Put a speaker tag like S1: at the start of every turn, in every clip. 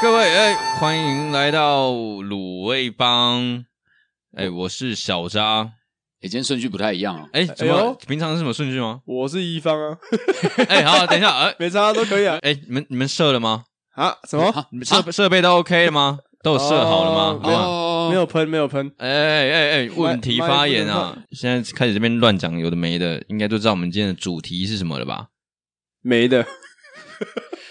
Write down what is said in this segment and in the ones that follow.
S1: 各位，哎、欢迎来到卤味帮。哎、我是小渣。
S2: 欸，今天顺序不太一样哦。
S1: 哎、怎么、
S3: 哎呦
S1: 平常是什么顺序吗？
S3: 我是一方啊，
S1: 哎、好，等一下，哎、
S3: 没差都可以啊。
S1: 哎、你们你们设了吗？
S3: 啊，什么？
S2: 啊
S1: 哦你们设、设备都 OK 了吗？都有设好了吗？
S3: 哦
S1: 没有
S2: 哦
S3: 没有喷，没有喷。
S1: 哎哎哎哎，问题
S3: 麦
S1: 发言啊！现在开始这边乱讲有的没的，应该都知道我们今天的主题是什么了吧？
S3: 没的。
S2: 哦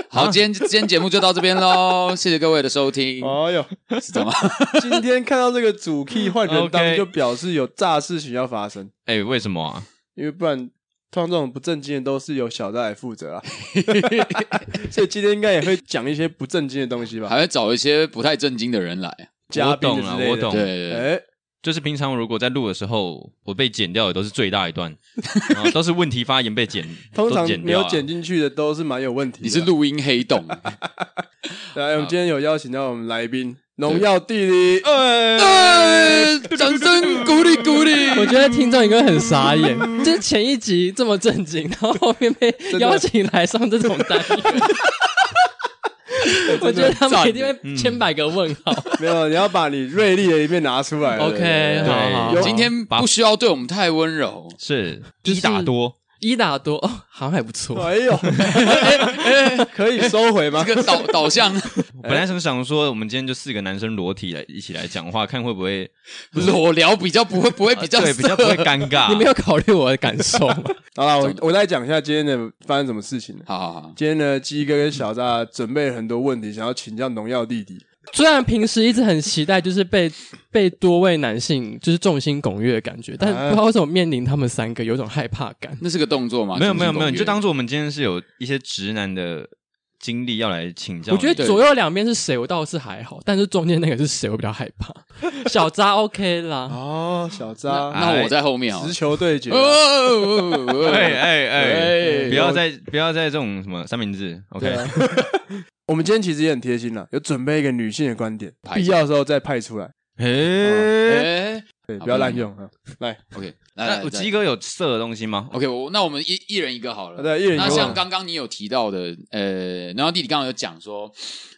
S2: 好，
S1: 啊
S2: 今天今天节目就到这 边喽，谢谢各位的收听，
S1: 哦
S3: 哎呦，
S2: 是这样吗？
S3: 今天看到这个主 key 换人
S1: OK
S3: 当，就表示有炸事情要发生，
S1: 哎、为什么啊？
S3: 因为不然通常这种不正经的都是由小戴来负责啊。所以今天应该也会讲一些不正经的东西吧？
S2: 还会找一些不太正经的人
S1: 啊
S2: 来，
S3: 嘉宾
S1: 我
S3: 的
S1: 懂
S3: 之
S1: 了
S3: 类的
S1: 我懂
S2: 对对对，
S3: 哎，
S1: 就是平常如果在录的时候，我被剪掉的都是最大一 段，然后都是问题发言被剪，
S3: 通常
S1: 都剪
S3: 没
S1: 掉
S3: 有
S1: 啊
S3: 剪进去的都是蛮有问题的。啊
S2: 你是录音 黑洞，
S3: 来，我们今天有邀请到我们来宾农药弟弟。
S1: 哎
S2: 呃掌声鼓励鼓励，
S4: 我觉得听众应该很傻眼，就是前一集这么正经，然后后面被
S3: 的
S4: 邀请来上这种 单元，我觉得他们一定会千百个问号。
S3: 没有，你要把你锐利的一面拿出来。
S2: 对
S4: OK，好
S1: 对
S4: 好
S1: 有
S4: 好，
S2: 今天不需要对我们太温
S1: 哦
S2: 柔，
S1: 是
S4: 就
S1: 一
S4: 是
S1: 打多，
S4: 一打多哦，好像还不错。
S3: 哎呦，哎哎可以收回吗？
S2: 这 个导导向
S1: 我本来想想说，我们今天就四个男生裸体来一起来讲话，看会不会
S2: 裸聊比较不会不会比较
S1: 呃 对 比较不会尴
S2: 啊
S1: 尬。
S4: 你没有考虑我的感受吗？
S3: 好了，我我再讲一下今天的发生什么事情了。
S2: 好好好，
S3: 今天呢，鸡哥跟小炸准备了很多问题，想要请教农药弟弟。
S4: 虽然平时一直很期待，就是被被多位男性就是众星拱月的感觉，但不
S2: 啊
S4: 知道为什么面临他们三个有种害怕感。
S2: 那是个动作吗？
S1: 没有没有
S2: 中
S1: 没
S2: 心
S1: 有，
S2: 公
S1: 你
S2: 园
S1: 就当做我们今天是有一些直男的经历要来请教
S4: 我
S1: 你。
S4: 觉
S2: 对
S4: 得左右两边是谁，我倒是还好，但是中间那个是谁，我比较害怕。小渣 OK 啦，
S3: 哦，小
S2: 那
S3: 扎，
S2: 那我在后面好了
S3: 直。球对决
S2: 哦，哦哦哦
S1: 哎哎哎，
S2: 哎
S1: 不要再不要再这种什么三明治，OK？
S3: 对
S1: 哎
S3: 啊。 我们今天其实也很贴心了，有准备一个女性的观点，
S2: 派
S3: 必
S2: 出
S3: 要的时候再派出来，
S1: 哎，
S2: 哎
S3: 对，
S2: 好
S3: 不要滥用啊。来，
S2: ，OK，来来
S1: 那
S2: 来
S1: 鸡哥有色的东西吗？
S2: OK，我那我们一一人一个好了。
S3: 啊对，一人
S2: 那
S3: 一
S2: 像
S3: 个。
S2: 刚刚你有提到的，呃，然后弟弟刚刚有讲说，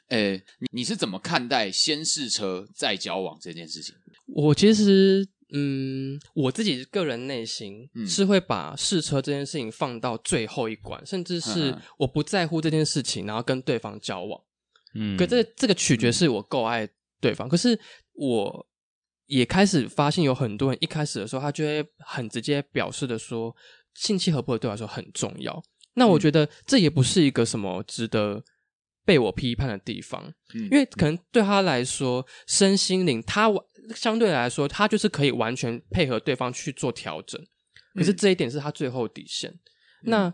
S2: 呃，你你是怎么看待先试车再交往这件事情？
S4: 我其实，嗯，我自己个人内心
S2: 嗯
S4: 是会把试车这件事情放到最后一关，甚至
S2: 嗯
S4: 是
S2: 嗯
S4: 我不在乎这件事情，然后跟对方交往。
S1: 嗯
S4: 可这这个取决是我够爱对方，可是我也开始发现有很多人一开始的时候，他就会很直接表示的说，性契合不合对我来说很重要。那
S2: 嗯
S4: 我觉得这也不是一个什么值得被我批判的地方，
S2: 嗯
S4: 因为可能对他来说，身心灵他完相对来说，他就是可以完全配合对方去做调整。可
S1: 嗯
S4: 是这一点是他最后底线。那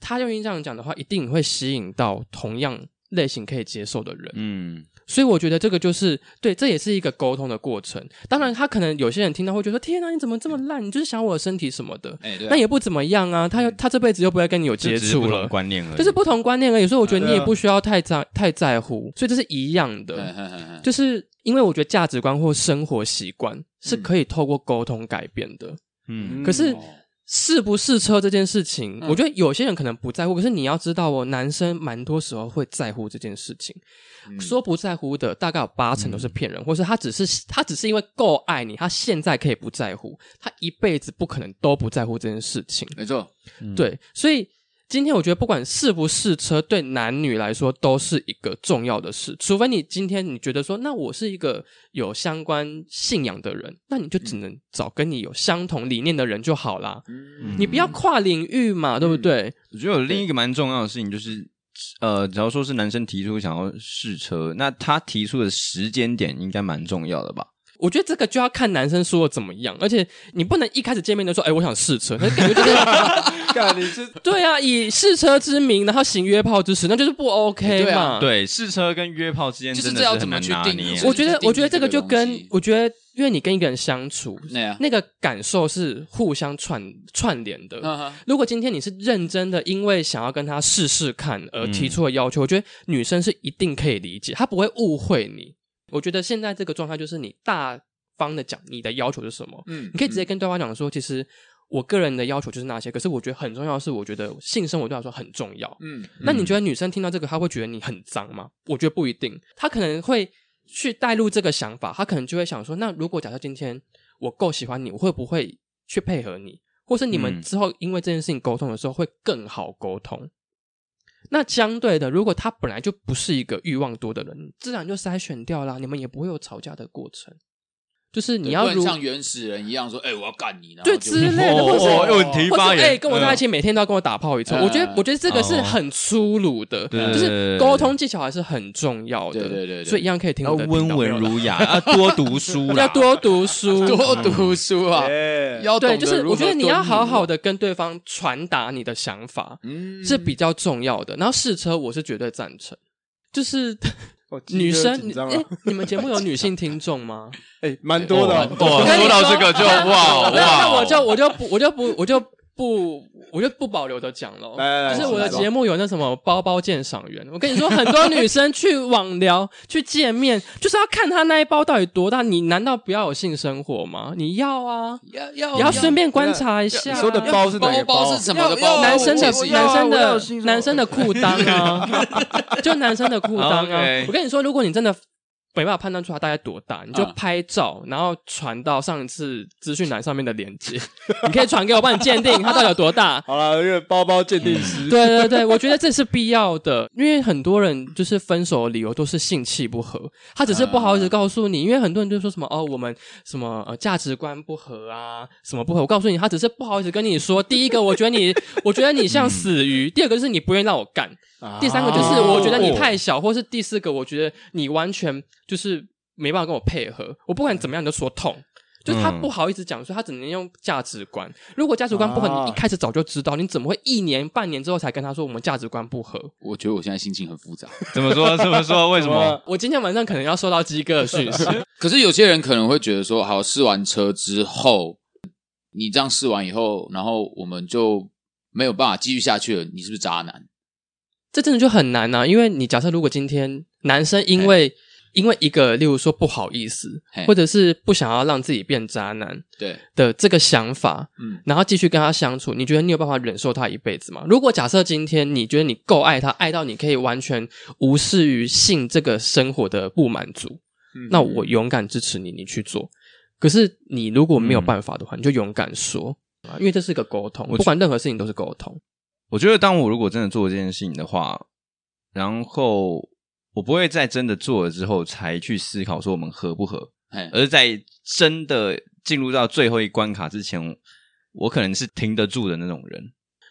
S4: 他用这样讲的话，一定会吸引到同样类型可以接受的人。
S1: 嗯，
S4: 所以我觉得这个就是对，这也是一个沟通的过程。当然，他可能有些人听到会觉得：“天啊，你怎么
S1: 嗯
S4: 这么烂？你就是想我的身体什么的。
S2: 哎，”对啊
S4: 那也不怎么样啊，他又他这辈子又不会跟你有
S1: 嗯就
S4: 接
S1: 只是不
S4: 触
S1: 同
S4: 了，
S1: 观念而已。
S4: 就是不同观念而已。所以我觉得你也
S3: 对啊
S4: 不需要太在太在乎，所以这是一样的。
S2: 嗯嗯嗯嗯
S4: 就是因为我觉得价值观或生活习惯是可以透过沟通改变的。
S1: 嗯，
S4: 可是
S2: 哦
S4: 试不试车这件事情，
S2: 嗯
S4: 我觉得有些人可能不在乎，可是你要知道哦，男生蛮多时候会在乎这件事情。
S2: 嗯
S4: 说不在乎的，大概有八成都是骗人，或是他只是他只是因为够爱你，他现在可以不在乎，他一辈子不可能都不在乎这件事情。
S2: 没错，
S4: 对，所以今天我觉得不管试不试车，对男女来说都是一个重要的事。除非你今天你觉得说，那我是一个有相关信仰的人，那你就只能找跟你有相同理念的人就好啦。
S2: 嗯
S4: 你不要跨领域嘛，对不对？
S1: 我觉得有另一个蛮重要的事情就是。呃，假如说是男生提出想要试车，那他提出的时间点应该蛮重要的吧？
S4: 我觉得这个就要看男生说的怎么样，而且你不能一开始见面就说，哎、我想试车，那感觉就是
S3: 干，你 是
S4: 对啊，以试车之名，然后行约炮之实，那就是不 OK
S2: 对啊
S4: 嘛。
S1: 对，试车跟约炮之间
S2: 就是
S1: 真
S2: 这
S1: 的
S2: 要
S1: 很
S2: 怎么
S1: 难
S2: 去
S1: 拿
S2: 定
S1: 捏。
S2: 义
S4: 我觉得，
S2: 定义
S4: 我觉得这个就
S2: 这个东
S4: 跟
S2: 西
S4: 我觉得，因为你跟一个人相处，
S2: 那样，
S4: 那个感受是互相串串联的。
S2: 嗯嗯
S4: 如果今天你是认真的，因为想要跟他试试看而
S2: 嗯
S4: 提出的要求，我觉得女生是一定可以理解，她不会误会你。我觉得现在这个状态就是你大方的讲你的要求是什么，
S2: 嗯
S4: 你可以直接跟对方讲说，其实我个人的要求就是那些，可是我觉得很重要的是，我觉得性生活对我来说很重要。
S2: 嗯，
S4: 那你觉得女生听到这个，她会觉得你很脏吗？我觉得不一定，她可能会去带入这个想法，她可能就会想说，那如果假设今天我够喜欢你，我会不会去配合你，或是你们
S1: 嗯
S4: 之后因为这件事情沟通的时候会更好沟通？那相对的，如果他本来就不是一个欲望多的人，自然就筛选掉啦，你们也不会有吵架的过程。就是你
S2: 对
S4: 要
S2: 不能
S4: 如
S2: 像原始人一样说，哎，我要干你，然后
S4: 对
S2: 就
S4: 之类的，
S1: 哦
S4: 或
S1: 哦
S4: 是
S1: 哦又提
S4: 或者
S1: 发言，
S4: 哎、跟我在一起，每天都要跟我打炮一次。
S2: 嗯
S4: 我觉得，我觉得这个是
S1: 哦
S4: 很粗鲁的，
S1: 对
S2: 对
S4: 就是沟通技巧还是很重要的。
S2: 对对对对
S4: 所以一样可以听
S1: 要
S4: 我的频
S1: 温
S4: 道
S1: 文，儒 雅，要多读书
S4: 没有
S1: 啦，
S4: 啦要多读书，
S2: 多读书啊，
S3: 耶
S2: 要懂得
S4: 对，就是
S2: 如何
S4: 我觉得你要好好
S2: 的，
S4: 的跟对方传达你的想法、
S2: 嗯
S4: 是比较重要的。然后试车，我是绝对赞成。就是
S3: 我哦鸡皮疙瘩
S4: 女生，
S3: 紧
S4: 你
S3: 张
S4: 哎
S3: 了，，
S4: 你们节目有女性听众吗？
S3: 哎，蛮多的
S2: 哦
S3: 啊，
S1: 哇，
S4: 跟你
S1: 说到这 个就哇哦
S4: 那那
S1: 哇，
S4: 我就我就不我就不我就不我就不保留的讲了。
S3: 来来来，
S4: 就是我的
S3: 来吧
S4: 节目有那什么包包鉴赏员，我跟你说，很多女生去网聊、去见面，就是要看她那一包到底多大。你难道不要有性生活吗？你要啊，
S2: 要哦要
S4: 也要顺便观察一下啊。
S3: 你说的包是哪
S2: 包
S3: 个包
S2: 包
S3: 啊
S2: 是？什么的
S1: 要
S2: 包？
S1: 要
S4: 男生的
S1: 我我要啊
S4: 男生
S1: 我要有
S4: 的
S1: 性生活
S4: 男生的裤裆啊， 就男生的裤裆
S1: 好
S4: 啊
S1: ，OK。
S4: 我跟你说，如果你真的没办法判断出它大概多大，你就拍照，然后传到上一次资讯栏上面的链接，你可以传给我，帮你鉴定它到底有多大。
S3: 好了，这个包包鉴定师，
S4: 对对对，我觉得这是必要的，因为很多人就是分手的理由都是性气不合，他只是不好意思告诉你，因为很多人就说什么哦，我们什么呃价值观不合啊，什么不合。我告诉你，他只是不好意思跟你说。第一个，我觉得你，我觉得你像死鱼；第二个就是你不愿意让我干；
S2: 嗯
S3: 啊
S4: 第三个就是
S1: 哦
S4: 我觉得你太小，或是第四个，我觉得你完全就是没办法跟我配合。我不管怎么样，你都说痛。就是他
S1: 嗯
S4: 不好意思讲，所以他只能用价值观。如果价值观不合，
S3: 啊
S4: 你一开始早就知道，你怎么会一年半年之后才跟他说我们价值观不合？
S2: 我觉得我现在心情很复杂，
S1: 怎么说？怎么说？ 为什么？
S4: 我今天晚上可能要收到鸡哥的讯息，
S2: 可是有些人可能会觉得说，好，试完车之后，你这样试完以后，然后我们就没有办法继续下去了，你是不是渣男？
S4: 这真的就很难呐、啊因为你假设如果今天男生因为因为一个，例如说不好意思
S2: 嘿，
S4: 或者是不想要让自己变渣男
S2: 对，
S4: 的这个想法，
S2: 嗯，
S4: 然后继续跟他相处，你觉得你有办法忍受他一辈子吗？如果假设今天你觉得你够爱他，爱到你可以完全无视于性这个生活的不满足，那我勇敢支持你，你去做。可是你如果没有办法的话，你就勇敢说，啊因为这是一个沟通，不管任何事情都是沟通。
S1: 我觉得当我如果真的做这件事情的话，然后我不会在真的做了之后才去思考说我们合不合，
S2: 哎，
S1: 而是在真的进入到最后一关卡之前，我可能是停得住的那种人，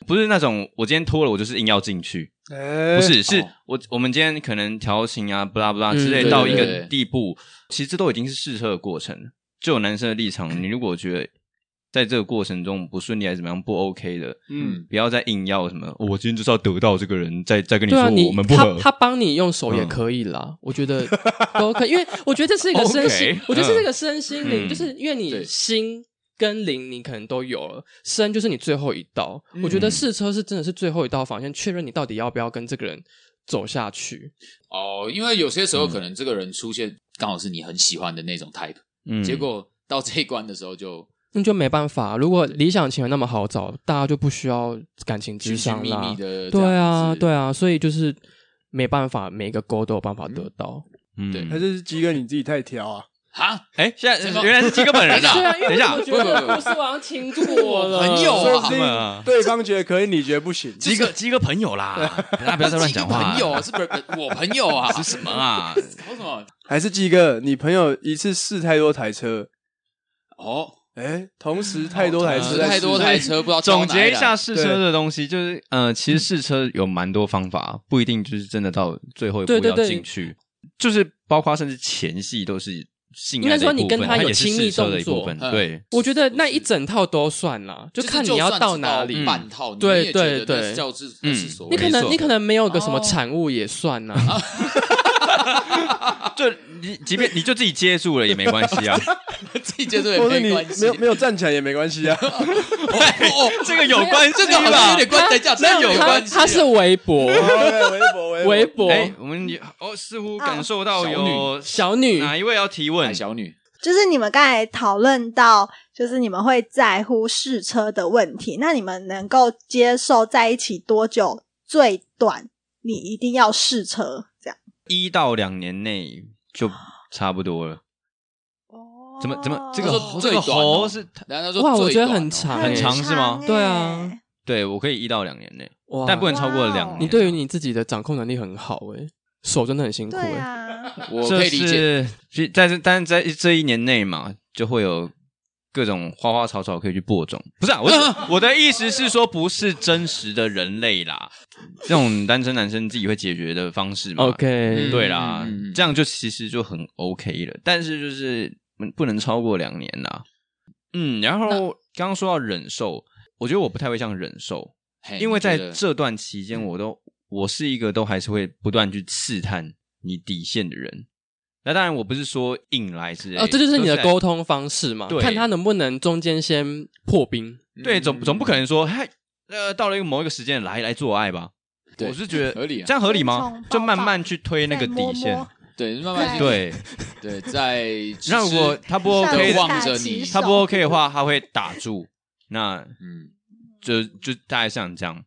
S1: 不是那种我今天拖了我就是硬要进去，
S3: 哎
S1: 不是，是
S2: 哦
S1: 我我们今天可能调情啊，不啦不啦
S4: 嗯
S1: 之类
S4: 对
S1: 到
S4: 对
S1: 一
S4: 对
S1: 个
S2: 对
S1: 地步，其实这都已经是试车的过程。就有男生的立场，你如果觉得在这个过程中不顺利还是怎么样不 OK 的，
S3: 嗯，
S1: 不要再硬要什么，哦我今天就是要得到这个人，再再跟你
S4: 对
S1: 说
S4: 啊，
S1: 我
S4: 你
S1: 们不
S4: 他
S1: 合。嗯
S4: 他帮你用手也可以啦，我觉得都可以，因为我觉得这是一个身心
S1: OK，
S4: 我觉得是这个身心灵，
S1: 嗯
S4: 就是因为
S2: 对
S4: 你心跟灵你可能都有了，身就是你最后一道。我
S1: 嗯
S4: 觉得试车是真的是最后一道防线，确认你到底要不要跟这个人走下去。
S2: 哦，因为有些时候可能这个人出现刚好是你很喜欢的那种 type，、
S1: 嗯
S2: 结果到这一关的时候就
S4: 那就没办法，啊如果理想情人那么好找，大家就不需要感情
S2: 寻
S4: 智
S2: 寻
S4: 商
S2: 觅
S4: 啦
S2: 觅。的，
S4: 对啊，对，啊，所以就是没办法，每一个勾都有办法得到。
S1: 嗯
S2: 对
S3: 还是鸡哥你自己太挑啊？
S2: 哈，
S1: 哎，现在
S2: 这个
S1: 原来是鸡哥本人啊！
S4: 对啊，因为
S1: 等一下
S4: 我，怎么觉
S2: 不不
S4: 得
S2: 不
S4: 不是我好像听 过了，
S2: 朋友
S3: 说
S2: 啊
S3: 不
S1: 他们啊
S3: 定对方觉得可以，你觉得不行。
S1: 鸡哥鸡哥朋友啦，大家不要再乱讲话。
S2: 朋友是不啊是我朋友啊？
S1: 是什么啊？
S2: 搞什么？哦
S3: 还是鸡哥，你朋友一次试太多台车，
S2: 哦，
S3: 哎，同时太多台
S2: 还
S3: 车
S2: 是
S3: 在试，
S2: 哦太多台车，不知道挑
S1: 总
S2: 哪
S1: 结一
S2: 辆
S1: 下试车的东西，就是呃，其实试车有蛮多方法，不一定就是真的到最后一步
S4: 对对
S1: 要
S4: 对
S1: 进去，就是包括甚至前戏都是性
S4: 应
S1: 爱
S4: 该
S1: 的
S4: 说
S1: 一
S4: 你
S1: 部
S4: 跟
S1: 分
S4: 他
S1: 它
S4: 有
S1: 也是
S4: 亲密
S1: 试车的一
S4: 动
S1: 部分，
S2: 作
S1: 对，
S4: 我觉得那一整套都算啦，就看你
S2: 是
S4: 要
S2: 算
S4: 到
S2: 知
S4: 哪里。
S2: 半套，你
S4: 对
S2: 也觉得
S4: 对
S2: 那
S4: 对
S2: 是叫是
S1: 嗯
S2: 那是所谓
S4: 你
S2: 的
S4: 可
S1: 没
S4: 能
S1: 错
S4: 你可能没有个什么
S2: 哦
S4: 产物也 算呐、
S1: 啊就你即便你就自己接住了也没关系啊，
S2: 自己接受也
S3: 哎或者
S2: 没
S3: 你
S2: 关系，
S3: 没有没有站起来也没关系 啊。
S2: 哦，
S1: 这个有关系
S2: 这个好像有
S1: 吧？
S2: 点关，等一下，这个有
S4: 它
S2: 关系啊，
S4: 它是微博
S3: OK，微博
S4: 微
S1: 哎
S3: 微博，
S4: 博
S1: 哎，我们也哦似乎感受到有
S4: 小女
S1: 哪一位要提问
S2: 哎？小女
S5: 就是你们刚才讨论到，就是你们会在乎试车的问题，那你们能够接受在一起多久？最短你一定要试车，这样。
S1: 一到两年内就差不多了。
S5: 哦
S1: 怎么怎么这个
S2: 他说
S1: 猴这
S2: 最
S1: 个
S2: 短哦
S1: 猴是
S2: 人家说
S4: 哇我
S2: 最
S4: 觉得
S2: 短
S4: 很
S2: 哦
S4: 长
S1: 很长是吗
S5: 欸
S4: 对啊，
S1: 对我可以一到两年内，
S4: 哇
S1: 但不能超过
S5: 哇
S1: 两年。啊
S4: 你对于你自己的掌控能力很好哎、手真的很辛苦哎、
S5: 对啊，
S2: 我
S1: 这
S2: 可以理解。
S1: 是，其但是但是在这一年内嘛，就会有各种花花草草可以去播种。不是啊，我的 我的意思是说，不是真实的人类啦，这种单身男生自己会解决的方式嘛。
S4: OK，、
S2: 嗯
S1: 对啦，
S2: 嗯嗯嗯
S1: 这样就其实就很 OK 了。但是就是嗯不能超过两年啦。嗯，然后刚刚说到忍受，我觉得我不太会像忍受，
S2: 嘿
S1: 因为
S2: 哎你觉
S1: 在
S2: 得嗯
S1: 这段期间，我都我是一个都还是会不断去刺探你底线的人。那当然，我不是说硬来之类的
S4: 哦，这就是你的
S1: 都
S4: 沟通方式嘛
S1: 对，
S4: 看他能不能中间先破冰。
S2: 嗯
S1: 对，总总不可能说，嗨，呃，到了一个某一个时间来来做爱吧。
S2: 对
S1: 我是觉得
S2: 合理啊
S1: 这样合理
S5: 先
S1: 吗
S5: 从？
S1: 就
S5: 抱
S1: 慢
S5: 抱
S1: 慢去推那个底线
S5: 再摸。摸
S2: 对，慢慢
S1: 对，
S2: 对，在
S1: 那如果他不
S5: 上
S1: OK
S5: 下
S2: 望着
S5: 其
S2: 你
S5: 手
S1: 他不 OK 的话，他会打住。那
S2: 嗯，
S1: 就就大概像这样，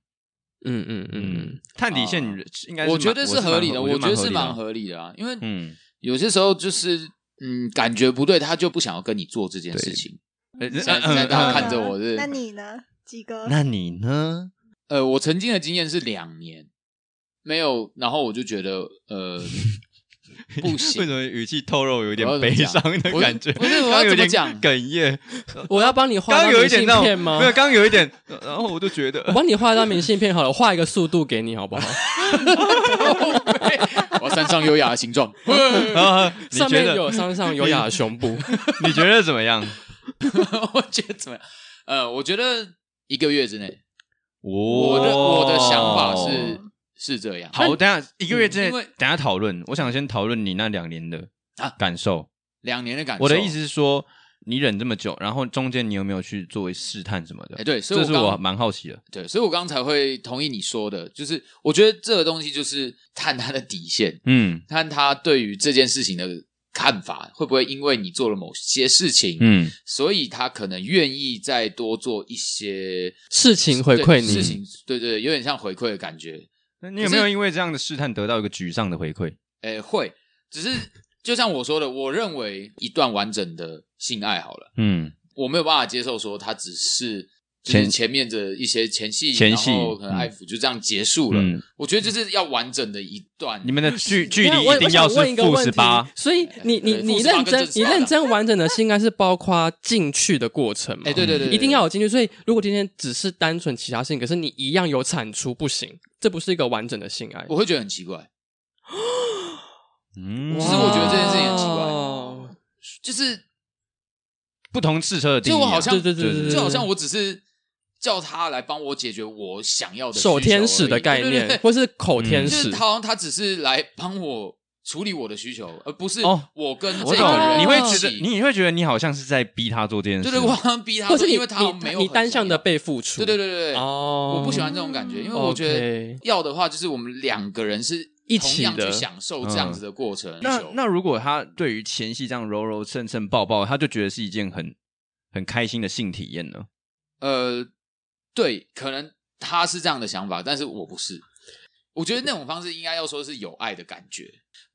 S4: 嗯嗯嗯嗯，
S1: 嗯，探底线
S2: 啊
S1: 应该是
S2: 我
S1: 蛮
S2: 觉得
S1: 是
S2: 合理的，
S1: 蛮
S2: 我觉得是
S1: 蛮
S2: 蛮
S1: 合理的啊
S2: 合理的啊，因为
S1: 嗯，
S2: 有些时候就是嗯感觉不对，他就不想要跟你做这件事情。
S1: 呃
S2: 现在现在大家看着我是
S5: 那你呢，鸡哥？
S1: 嗯那你呢？
S2: 呃，我曾经的经验是两年没有，然后我就觉得 呃不
S1: 为
S2: 行，
S1: 什么语气透露有一点
S2: 我要怎
S1: 悲
S2: 么讲
S1: 伤的
S2: 我
S1: 感觉？
S2: 不是我要
S1: 刚有
S2: 怎么
S1: 点
S2: 讲
S1: 哽咽，
S4: 我要帮你画
S1: 嗯刚
S4: 张
S1: 有一
S4: 明
S1: 点
S4: 信
S1: 那
S4: 片
S1: 种
S4: 吗
S1: 没？有，刚有一点，呃然后我就觉得
S4: 我帮你画一张明信片好了，画一个速度给你好不好？
S2: 我要山上优雅的 形状。
S1: 啊， 你
S4: 上
S1: 觉
S4: 面
S1: 得
S4: 有上 上有雅的胸部，
S1: 你 觉得怎么样？
S2: 我觉得怎么样？呃，我觉得一个月之内，
S1: 我
S2: 我的我的想法是是这样。
S1: 好，等一下一个月之内
S2: 因为，
S1: 等一下讨论。我想先讨论你那两年的
S2: 啊
S1: 感受。
S2: 两年的感受，
S1: 我的意思，是说，你忍这么久，然后中间你有没有去做试探什么的？
S2: 哎，对，所以
S1: 这
S2: 我
S1: 是
S2: 刚
S1: 我蛮好奇的。
S2: 对，所以我刚才会同意你说的，就是我觉得这个东西就是看他的底 线，
S1: 嗯
S2: 看他对于这件事情的看法，会不会因为你做了某些事情，
S1: 嗯
S2: 所以他可能愿意再多做一些
S4: 事情回馈
S2: 对
S4: 你，
S2: 事情，对对，有点像回馈的感觉。
S1: 那你有没有因为这样的试探得到一个沮丧的回馈？
S2: 诶，会，只是就像我说的，我认为一段完整的性爱好了。
S1: 嗯
S2: 我没有办法接受说他只是就是
S1: 前
S2: 前面的一些前戏，
S1: 前戏
S2: 然后可
S1: 嗯
S2: 能爱抚就这样结束了。
S1: 嗯，
S2: 我觉得就是要完整的一段，
S1: 你们的距距
S4: 等
S1: 离
S4: 下我
S1: 一定要
S4: 我
S1: 是
S4: 想问一个
S1: 负
S4: 问
S1: 十
S4: 题
S1: 八。
S4: 所以你你
S2: 对
S4: 你
S2: 负18
S4: 认
S2: 跟正
S4: 真你
S2: 常的
S4: 认真完整的性爱是包括进去的过程吗？
S2: 哎、对对对，对
S4: 一定要有进去。所以如果今天只是单纯其他性，可是你一样有产出，不行，这不是一个完整的性爱。
S2: 我会觉得很奇怪，
S1: 嗯，
S2: 其实我觉得这件事情很奇怪
S1: 哦
S4: 哇
S2: 就是
S1: 不同试车的定义啊，
S2: 就我好像
S4: 对对对对对，
S2: 就好像我只是叫他来帮我解决我想要的需求
S4: 手天使
S2: 而
S4: 的
S2: 已
S4: 概
S2: 对对对
S4: 念，或是口
S2: 就
S4: 天
S2: 是
S4: 使
S2: 他，好像他只是来帮我处理我的需求，而不是
S1: 哦
S2: 我跟这
S1: 我
S2: 个
S1: 懂，
S2: 人
S1: 你会
S2: 一
S1: 觉
S2: 起
S1: 得你会觉得你好像是在逼他做这件事，
S2: 对对，我好像逼他
S4: 或
S2: 做，
S4: 是你
S2: 因为他好像没
S4: 你
S2: 有
S4: 你
S2: 很
S4: 单
S2: 想
S4: 向的
S2: 要
S4: 被付出。
S2: 对对对对对
S4: 哦，
S2: 我不喜欢这种感觉，因为
S4: OK
S2: 我觉得要的话，就是我们两个人是
S4: 一起的
S2: 同样去享受这样子的过程。
S1: 那
S2: 求
S1: 那如果他对于前戏这样揉揉蹭蹭抱抱，他就觉得是一件很很开心的性体验呢？
S2: 呃，对，可能他是这样的想法，但是我不是。我觉得那种方式应该要说是有爱的感觉，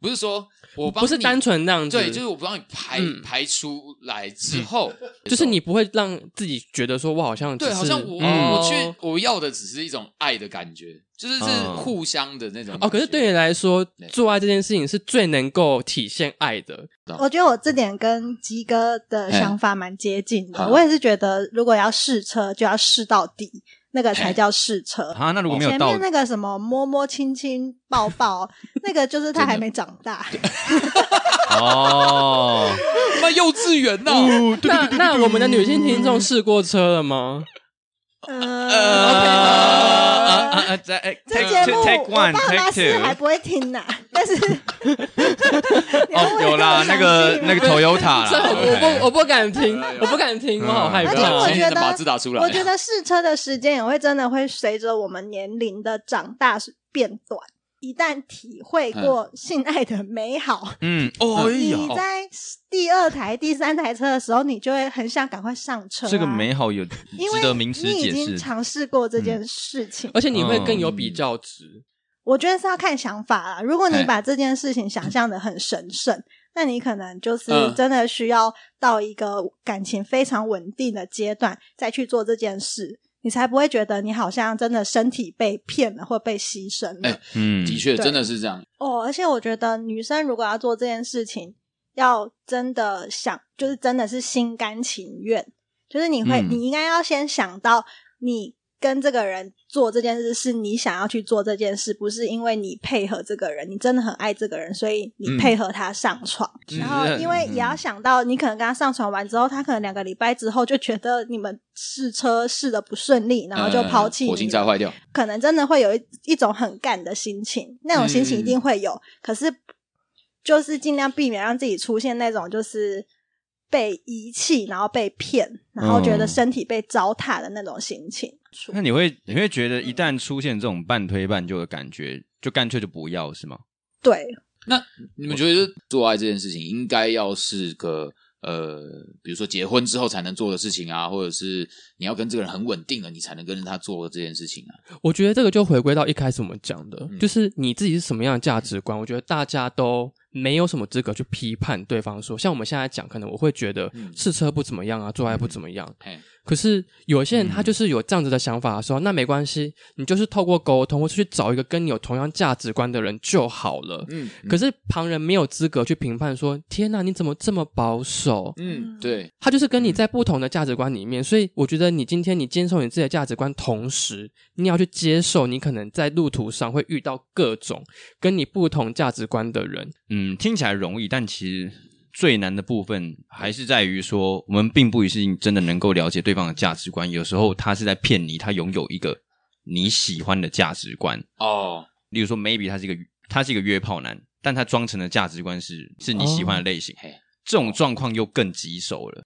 S2: 不是说我帮
S4: 不是
S2: 你
S4: 单纯那样子，
S2: 对，就是我帮你排、
S4: 嗯
S2: 排出来之后，
S4: 就是你不会让自己觉得说，我好像只
S2: 对，
S4: 是
S2: 好像我、
S1: 嗯
S2: 我去我要的只是一种爱的感觉，就是是
S1: 嗯
S2: 互相的那种
S4: 哦，可是
S2: 感觉
S4: 对你来说
S2: 对，
S4: 做爱这件事情是最能够体现爱 的。
S5: 我觉得我这点跟鸡哥的想法蛮接近
S2: 哎
S5: 的，我也是觉得如果要试车，就要试到底，那
S2: 哎
S5: 个才叫试车。
S1: 啊，那如果没有
S5: 前
S1: 到
S5: 面那个什么摸摸亲亲抱抱，那个就是他还没长大。
S1: 哦，
S2: 那幼稚园呐、
S5: 嗯
S4: 那那我们的女性听众试过车了吗？
S5: 嗯
S2: 呃
S1: 呃
S5: 呃，
S1: 呃，在哎
S5: 这
S1: take
S5: 节目
S1: two- take
S5: 我爸
S1: one
S5: 妈
S1: take
S5: 是还
S1: two
S5: 不会听呐，但是
S1: 哦，有啦，那个那个 Toyota 啦
S4: 这我我
S1: OK
S4: 不我不敢听
S2: 啊哎呀，哎
S4: 我不敢听，我好害
S5: 而且我
S4: 怕。
S5: 觉得
S2: 把字打出来，
S5: 我觉得试车的时间也会真的会随着我们年龄的长大变短。一旦体会过性爱的美好，
S1: 嗯，哦，嗯 哎
S5: 你
S1: 呀，
S5: 在第二台、第三台车的时候，你就会很想赶快上车啊、
S1: 这个美好有
S5: 因
S1: 值
S5: 为
S1: 得名词
S5: 你已
S1: 解
S5: 经
S1: 释。嗯
S5: 尝试过这件事情，
S4: 而且你会更有
S2: 嗯
S4: 比较值。
S5: 我觉得是要看想法啦。如果你
S2: 哎
S5: 把这件事情想象的很神圣， 那你可能就是
S2: 嗯
S5: 真的需要到一个感情非常稳定的阶段再去做这件事，你才不会觉得你好像真的身体被骗了或被牺牲了。
S2: 哎
S1: 嗯，
S2: 的确
S5: 对
S2: 真的是这样，
S5: 哦，而且我觉得女生如果要做这件事情，要真的想，就是真的是心甘情愿，就是你会，
S1: 嗯
S5: 你应该要先想到你。跟这个人做这件事，是你想要去做这件事，不是因为你配合这个人，你真的很爱这个人，所以你
S1: 嗯
S5: 配合他上床。
S1: 嗯
S5: 然后，因为也要想到，你可能跟他上床完之后，他可能两个礼拜之后就觉得你们试车试的不顺利，然后就
S1: 呃
S2: 嗯
S5: 抛弃你了。
S2: 火星炸坏掉，
S5: 可能真的会有一一种很干的心情，那种心情一定会有。可是，就是尽量避免让自己出现那种就是被遗弃，然后被骗，然后觉得身体被糟蹋的那种心情。
S1: 那你会你会觉得一旦出现这种半推半就的感觉，就干脆就不要是吗？
S5: 对，
S4: 嗯
S2: 你们觉得做爱这件事情应该要是个呃，比如说结婚之后才能做的事情啊，或者是你要跟这个人很稳定了，你才能跟着他做这件事情啊？
S4: 我觉得这个就回归到一开始我们讲的，
S2: 嗯
S4: 就是你自己是什么样的价值观。我觉得大家都没有什么资格去批判对方说，像我们现在讲，可能我会觉得
S2: 嗯
S4: 试车不怎么样啊，做爱不怎么样。
S2: 嘿，
S4: 可是有
S2: 嗯
S4: 些人他就是有这样子的想法的时候，那没关系，你就是透过沟通或是去找一个跟你有同样价值观的人就好了。
S2: 嗯，
S4: 可是旁人没有资格去评判说，天呐，你怎么这么保守？
S2: 嗯，对，
S4: 他就是跟你在不同的价值观里面，所以我觉得你今天你坚守你自己的价值观，同时你也要去接受你可能在路途上会遇到各种跟你不同价值观的人。
S1: 嗯，听起来容易，但其实最难的部分还是在于说，我们并不一定真的能够了解对方的价值观。有时候他是在骗你，他拥有一个你喜欢的价值观。
S2: 哦，
S1: 例如说，maybe 他是一个他是一个约炮男，但他装成的价值观是是你喜
S4: 哦
S1: 欢的类型。
S2: 嘿，
S1: 这种状况又更棘手了。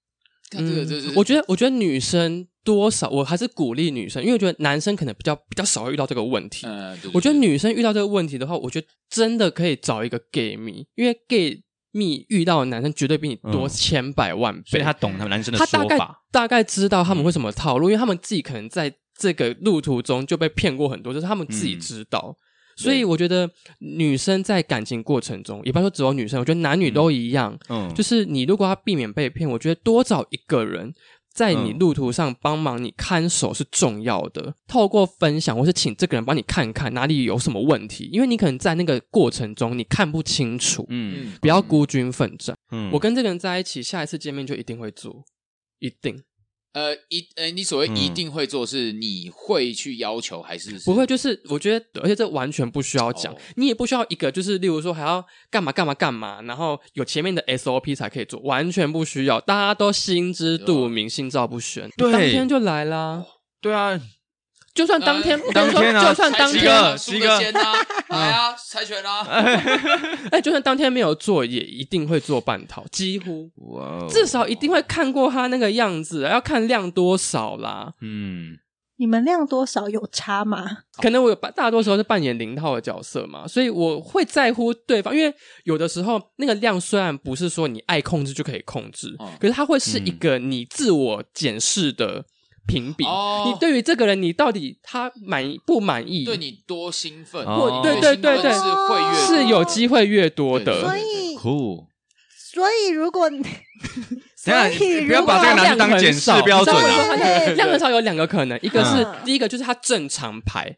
S2: 看这个
S4: 嗯
S2: 就是，
S4: 我觉得，我觉得女生多少我还是鼓励女生，因为我觉得男生可能比较比较少会遇到这个问题。
S2: 呃，对
S4: 我觉得，
S1: 嗯
S4: 女生遇到这个问题的话，我觉得真的可以找一个 gay 蜜，因为 gay 蜜遇到的男生绝对比你多
S1: 嗯
S4: 千百万倍，
S1: 所以他懂他们男生的
S4: 他大
S1: 说
S4: 概
S1: 法，
S4: 大概知道他们会什么套路，因为他们自己可能在这个路途中就被骗过很多，就是他们自己知
S1: 嗯
S4: 道。所以我觉得女生在感情过程中，也不要说只有女生，我觉得男女都一样。
S1: 嗯，
S4: 就是是你如果要避免被骗，我觉得多找一个人在你
S1: 嗯
S4: 路途上帮忙你看守是重要的。透过分享或是请这个人帮你看看哪里有什么问题，因为你可能在那个过程中你看不清楚，
S1: 嗯
S2: 嗯，
S4: 不要孤军奋战。
S1: 嗯，
S4: 我跟这个人在一起，下一次见面就一定会做，一定
S2: 呃，一呃，你所谓
S1: 嗯
S2: 一定会做，是你会去要求还是
S4: 不会。就是我觉得，而且这完全不需要讲，
S2: 哦
S4: 你也不需要一个就是，例如说还要干嘛干嘛干嘛，然后有前面的 SOP 才可以做，完全不需要，大家都心知肚明，心照不宣，
S1: 啊对
S4: 当天就来啦。
S1: 对啊，
S4: 就算当天，
S2: 呃
S4: 我跟你说
S1: 当天啊
S4: 就算当
S1: 才几
S4: 天，
S1: 个
S2: 输
S1: 七
S2: 个
S1: 个
S2: 先 啊，
S4: 嗯
S2: 来啊，猜拳啊，
S4: 哎，就算当天没有做，也一定会做半套，几乎
S1: 哇哦，
S4: 至少一定会看过他那个样子，要看量多少啦。
S1: 嗯
S5: 你们量多少有差吗？
S4: 可能我有扮大多时候是扮演零号的角色嘛，所以我会在乎对方，因为有的时候那个量虽然不是说你爱控制就可以控制，
S2: 哦
S4: 可是它会是
S5: 嗯
S4: 一个你自我检视的评比。
S2: 哦
S4: 你对于这个人，你到底他满意不满意？
S2: 对你多兴奋，
S1: 哦
S4: 对对对对
S2: 是会越
S4: 是有机会越多
S1: 呃
S2: 对
S4: 的
S5: 所。以，
S1: ，cool。
S5: 所以如果， 所以
S1: 等一下，不要
S5: 如果
S1: 把这个拿去当检视标准
S5: 对
S1: 啊！
S5: 对对
S4: 量很少有两个可能，一个是、
S5: 嗯
S4: 第一个就是他正常排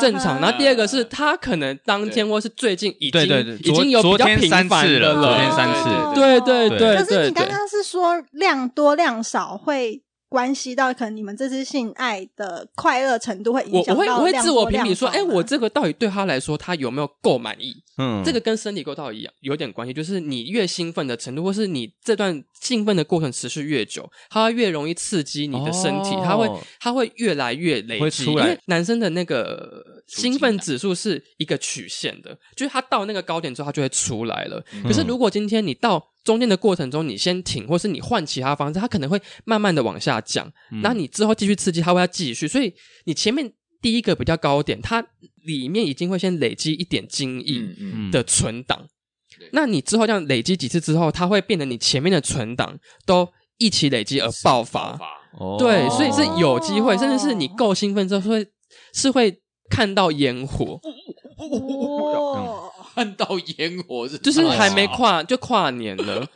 S4: 正
S5: 嗯
S4: 常，
S5: 哼
S4: 然后第二个是他可能当天或是最近已经
S1: 对对对，
S4: 已经有比
S1: 昨
S4: 较
S1: 天
S4: 频
S1: 三
S4: 繁
S1: 次
S4: 的
S1: 昨
S4: 了
S1: 天三次，
S5: 哦
S4: 对对
S1: 对
S4: 对
S5: 可是
S4: 对
S5: 你刚
S4: 对。
S5: 刚是说量多量少会关系到可能你们这次性爱的快乐程度会影
S4: 我我
S5: 响到
S4: 会
S5: 量
S4: 我
S5: 多
S4: 会
S5: 量
S4: 自我评比说，
S5: 少吗
S4: 哎，我这个到底对他来说，他有没有够满意？
S1: 嗯，
S4: 这个跟身体构造一样，有点关系。就是你越兴奋的程度，或是你这段兴奋的过程持续越久，它会越容易刺激你的身体，
S1: 哦
S4: 它会它会越来越累积。
S1: 会出来啊
S4: 因为男生的那个呃
S2: 出精
S4: 兴奋指数是一个曲线的，就是他到那个高点之后，他就会出来了。可
S2: 嗯
S4: 是如果今天你到中间的过程中，你先停，或是你换其他方式，它可能会慢慢的往下降。那、你之后继续刺激，它会要继续，所以你前面第一个比较高点，它里面已经会先累积一点精益
S2: 嗯嗯，
S4: 的存档
S2: 对。
S4: 那你之后这样累积几次之后，它会变得你前面的存档都一起累积而呃爆发。
S2: 发，
S1: 哦
S4: 对，所以是有机会，甚至是你够兴奋之后是会是会看到烟火，
S5: 哦，
S2: 看到烟火是，
S4: 就是还没跨就跨年了。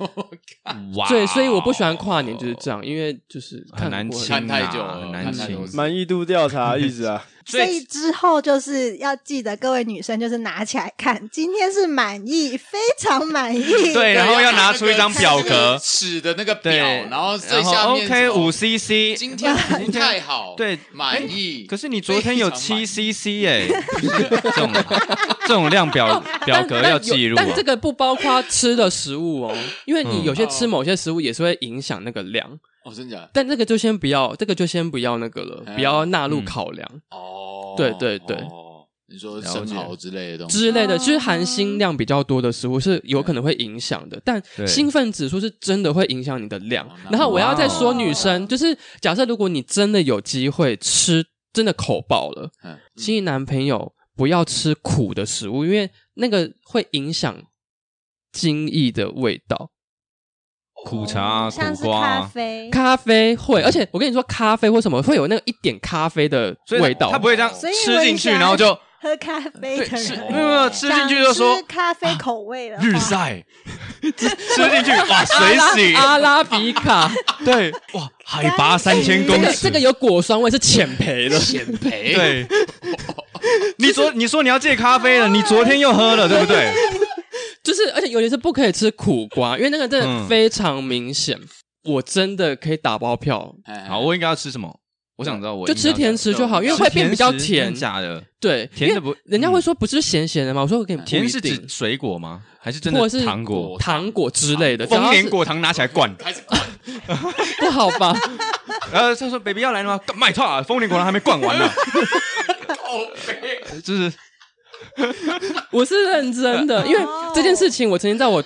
S1: 哇哦
S4: 对，所以我不喜欢跨年就是这样，因为就是
S1: 很难
S4: 过
S1: 清
S2: 看太久
S1: 啊
S2: 了
S1: 很难
S2: 看太久了
S1: 清。
S3: 满意度调查意思 啊，
S5: 所以之后就是要记得，各位女生就是拿起来看，今天是满意，非常满意。
S1: 对然后要拿出一张表格
S2: 尺的那个表，
S1: 对，
S2: 然后最
S1: 然后
S2: 下面什
S1: OK
S2: 么
S1: 五 CC，
S2: 今天不太好，
S1: 对哎
S2: 满意。
S1: 可是你昨天有
S2: 非常满
S1: 七
S2: 意
S1: CC 哎，这 种这种量表表
S4: 但
S1: 格要
S4: 但有
S1: 记录啊
S4: 但，这个不包括吃的食物哦，因为你有些吃
S2: 嗯
S4: 某些食物也是会影响那个量，
S2: 哦，真的假的？
S4: 但这个就先不要，这个就先不要那个了，不要纳入
S1: 嗯
S4: 考量
S2: 哦，
S4: 对对对
S2: 哦，你说
S1: 了解
S2: 生蚝之类的东西，
S4: 之类的。
S5: 哦
S4: 就是含锌量比较多的食物是有可能会影响的，但
S1: 对
S4: 兴奋指数是真的会影响你的量
S2: 哦。那
S4: 然后我要再说
S5: 哇哦
S4: 女生，就是假设如果你真的有机会吃，真的口爆了，
S2: 嗯
S4: 建议男朋友不要吃苦的食物，因为那个会影响精益的味道。
S1: 苦茶啊
S5: 哦像
S1: 苦
S5: 是
S1: 瓜
S5: 咖
S1: 啊，
S5: 啡，
S4: 咖啡会，而且我跟你说，咖啡或什么会有那个一点咖啡的
S1: 所以
S4: 味道，
S1: 他不会这样
S5: 所以我
S1: 吃进去，
S5: 想
S1: 然后就
S5: 喝咖啡
S1: 对
S5: 的
S1: 吃，
S5: 人
S1: 没有没有吃进去就说啊
S5: 想吃咖啡口味的话
S1: 日晒，吃进去哇水 洗，
S4: 阿拉比卡，
S1: 对哇海拔三千
S4: 这
S1: 公
S4: 个
S1: 尺，
S4: 这个有果酸味，是浅培的。
S2: 显培，
S1: 对。啊你昨你说你要戒咖啡了，你昨天又喝了，对不对？
S4: 就是，而且尤其是不可以吃苦瓜，因为那个真的
S1: 嗯
S4: 非常明显。我真的可以打包票，
S2: 哎，
S1: 好，我应该要吃什么？我想知道我
S4: 就
S1: 应该要
S4: 吃甜食就好，因为会变比较
S1: 吃
S4: 甜
S1: 真。假的
S4: 对，
S1: 甜的
S4: 因为
S1: 不
S4: 人家会说不是咸咸的吗？我说我给你
S1: 甜是指水果吗？还是真
S4: 或
S1: 的
S4: 者是
S1: 糖果？
S4: 糖果之类的，只
S1: 丰
S4: 要
S1: 年
S4: 是
S1: 果糖拿起来灌，
S2: 开始灌，
S4: 不好吧？
S1: 然后他呃说：“baby 要来了吗？干卖错啊，丰年果糖还没灌完呢。
S2: 哦，肥”
S1: 就是
S4: 我是认真
S1: 嗯
S4: 的，因为这件事情，我曾经在我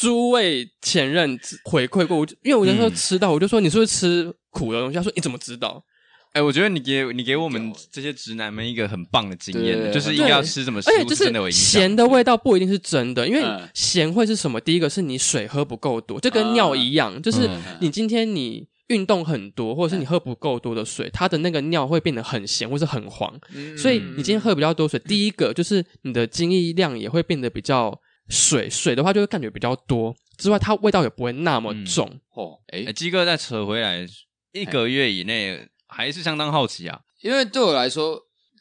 S4: 诸位前任回馈过，我就因为我那时候
S1: 嗯
S4: 吃到，我就说你是不是吃苦的东西？他说你怎么知道？
S1: 哎、我觉得你给你给我们这些直男们一个很棒的经验，
S2: 对
S1: 就是应该要吃什么食
S4: 而且
S1: 物
S4: 就是
S1: 真的有影响。
S4: 咸的味道不一定是真的，因为
S2: 嗯
S4: 咸会是什么？第一个是你水喝不够多，这跟
S2: 啊
S4: 尿一样，就是
S1: 嗯
S4: 你今天你。运动很多，或者是你喝不够多的水，它的那个尿会变得很咸或是很黄，
S2: 嗯
S4: 所以你今天喝比较多水，第一个就是你的精液量也会变得比较水，水的话就会感觉比较多，之外它味道也不会那
S1: 嗯
S4: 么重。
S2: 哦，哎
S1: 哎，鸡、哥再扯回来，一个月以内还是相当好奇啊。
S2: 因为对我来说，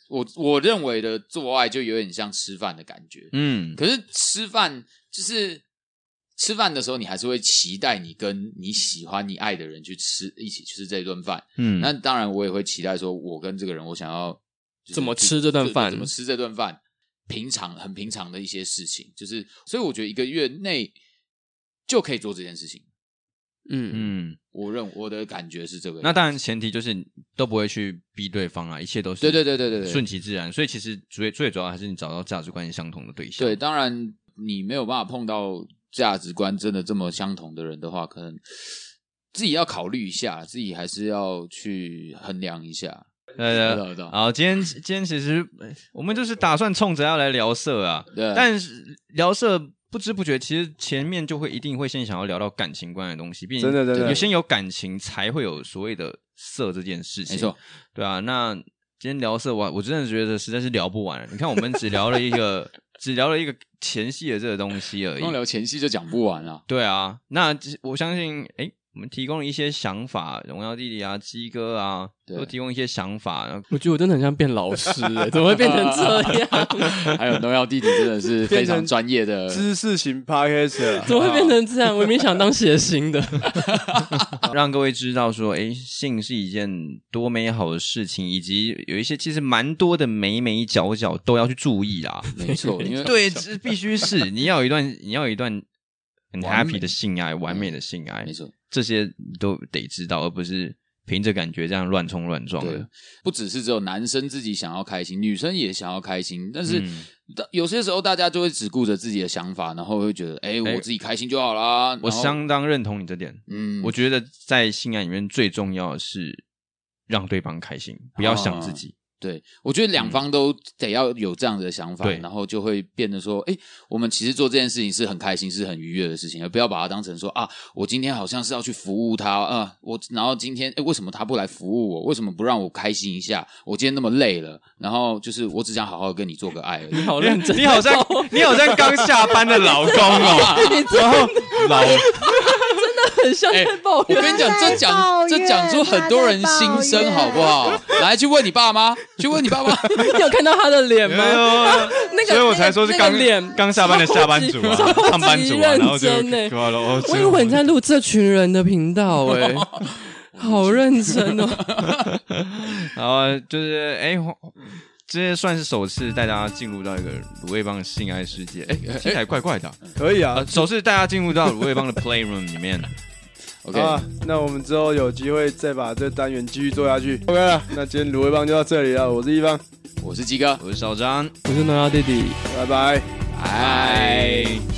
S2: 我我认为的做爱就有点像吃饭的感觉。
S1: 嗯，
S2: 可是吃饭就是吃饭的时候，你还是会期待你跟你喜欢、你爱的人去吃一起吃这顿饭。
S1: 嗯
S2: 那当然，我也会期待说，我跟这个人，我想要就是
S4: 怎么吃这顿饭
S2: 怎么吃这顿饭，平常很平常的一些事情，就是所以我觉得一个月内就可以做这件事情。
S4: 嗯，
S1: 嗯，
S2: 我认我的感觉是这个样子。
S1: 那当然前提就是都不会去逼对方啊，一切都是
S2: 对，对对对对对，
S1: 顺其自然。所以其实最最主要还是你找到价值观相同的对象。
S2: 对，，当然你没有办法碰到价值观真的这么相同的人的话，可能自己要考虑一下，自己还是要去衡量一下。
S1: 呃
S2: 知道知道
S1: 好，今天今天其实呃我们就是打算冲着要来聊色啊，
S2: 对
S1: 但是聊色不知不觉，其实前面就会一定会先想要聊到感情观的东西，毕竟
S3: 真的真的
S1: 有先有感情才会有所谓的色这件事情，
S2: 没错，，
S1: 对啊。那今天聊色，我我真的觉得实在是聊不完。你看，我们只聊了一 个，只聊了一个前戏的这个东西而已
S2: 光，聊前戏就讲不完了。
S1: 对啊，那这我相信，哎、我们提供了一些想法，荣耀弟弟啊，鸡哥啊，
S2: 对
S1: 都提供一些想法，然后
S4: 我觉得我真的很像变老师、欸，怎么会变成这 样？
S2: 还有农药弟弟真的是非
S3: 变
S2: 常
S3: 成
S2: 专业的，
S3: 知识型 podcast 啊
S4: 怎么会变成这样？我明明想当写星的，
S1: 让各位知道说，哎，性是一件多美好的事情，以及有一些其实蛮多的眉眉角角都要去注意 啦。
S2: 没错，因为
S1: 对，这必须是你要有一段，你要有一段很
S2: 完美
S1: happy 的性爱，完美的性爱
S2: 没，错，
S1: 这些你都得知道，而不是凭着感觉这样乱冲乱撞
S2: 对
S1: 的。，
S2: 不只是只有男生自己想要开心，女生也想要开心，但是。
S1: 嗯
S2: 有些时候，大家就会只顾着自己的想法，然后会觉得，哎、
S1: 哎
S2: 我自己开心就好啦。
S1: 我
S2: 然后，
S1: 相当认同你这点，
S2: 嗯，
S1: 我觉得在性爱里面最重要的是让对方开心，不要想自己。
S2: 对，我觉得两方都得要有这样子的想法，
S1: 对
S2: 然后就会变得说，哎，我们其实做这件事情是很开心，是很愉悦的事情，而不要把它当成说啊，我今天好像是要去服务他啊，我然后今天哎，诶为什么他不来服务我？为什么不让我开心一下？我今天那么累了，然后就是我只想好好地跟你做个爱 而已。
S4: 哦好认真，哦
S1: 你好像你好像刚下班的老公 哦，然后老
S4: 很像
S1: 哎
S4: 在 抱
S2: 我
S4: 怨。
S2: 跟你讲，这讲这讲出很多人心声，好不好？来，去问你爸妈，去问你爸妈。
S4: 你有看到他的脸
S1: 没
S4: 吗？
S1: 有，
S4: 那个，
S1: 哎所以我才说是
S4: 那个
S1: 刚
S4: 那个脸
S1: 刚下班的下班族啊，
S4: 超级
S1: 上班族啊，然后就
S4: 认真欸
S1: 对啊然后就
S4: 我以为你在录这群人的频道 哎、好认真哦。
S1: 然后就是哎。这算是首次带大家进入到一个卤味帮的性爱世界，哎，听起来怪怪的啊。
S3: 可以啊
S1: 呃，首次带大家进入到卤味帮的 playroom 里面，
S2: OK，
S3: 好啊，那我们之后有机会再把这单元继续做下去。OK 了，那今天芦苇帮就到这里了，我是一方，
S2: 我是鸡 哥，
S1: 我是少张，
S4: 我是农家弟弟。
S3: 拜拜。
S2: 拜。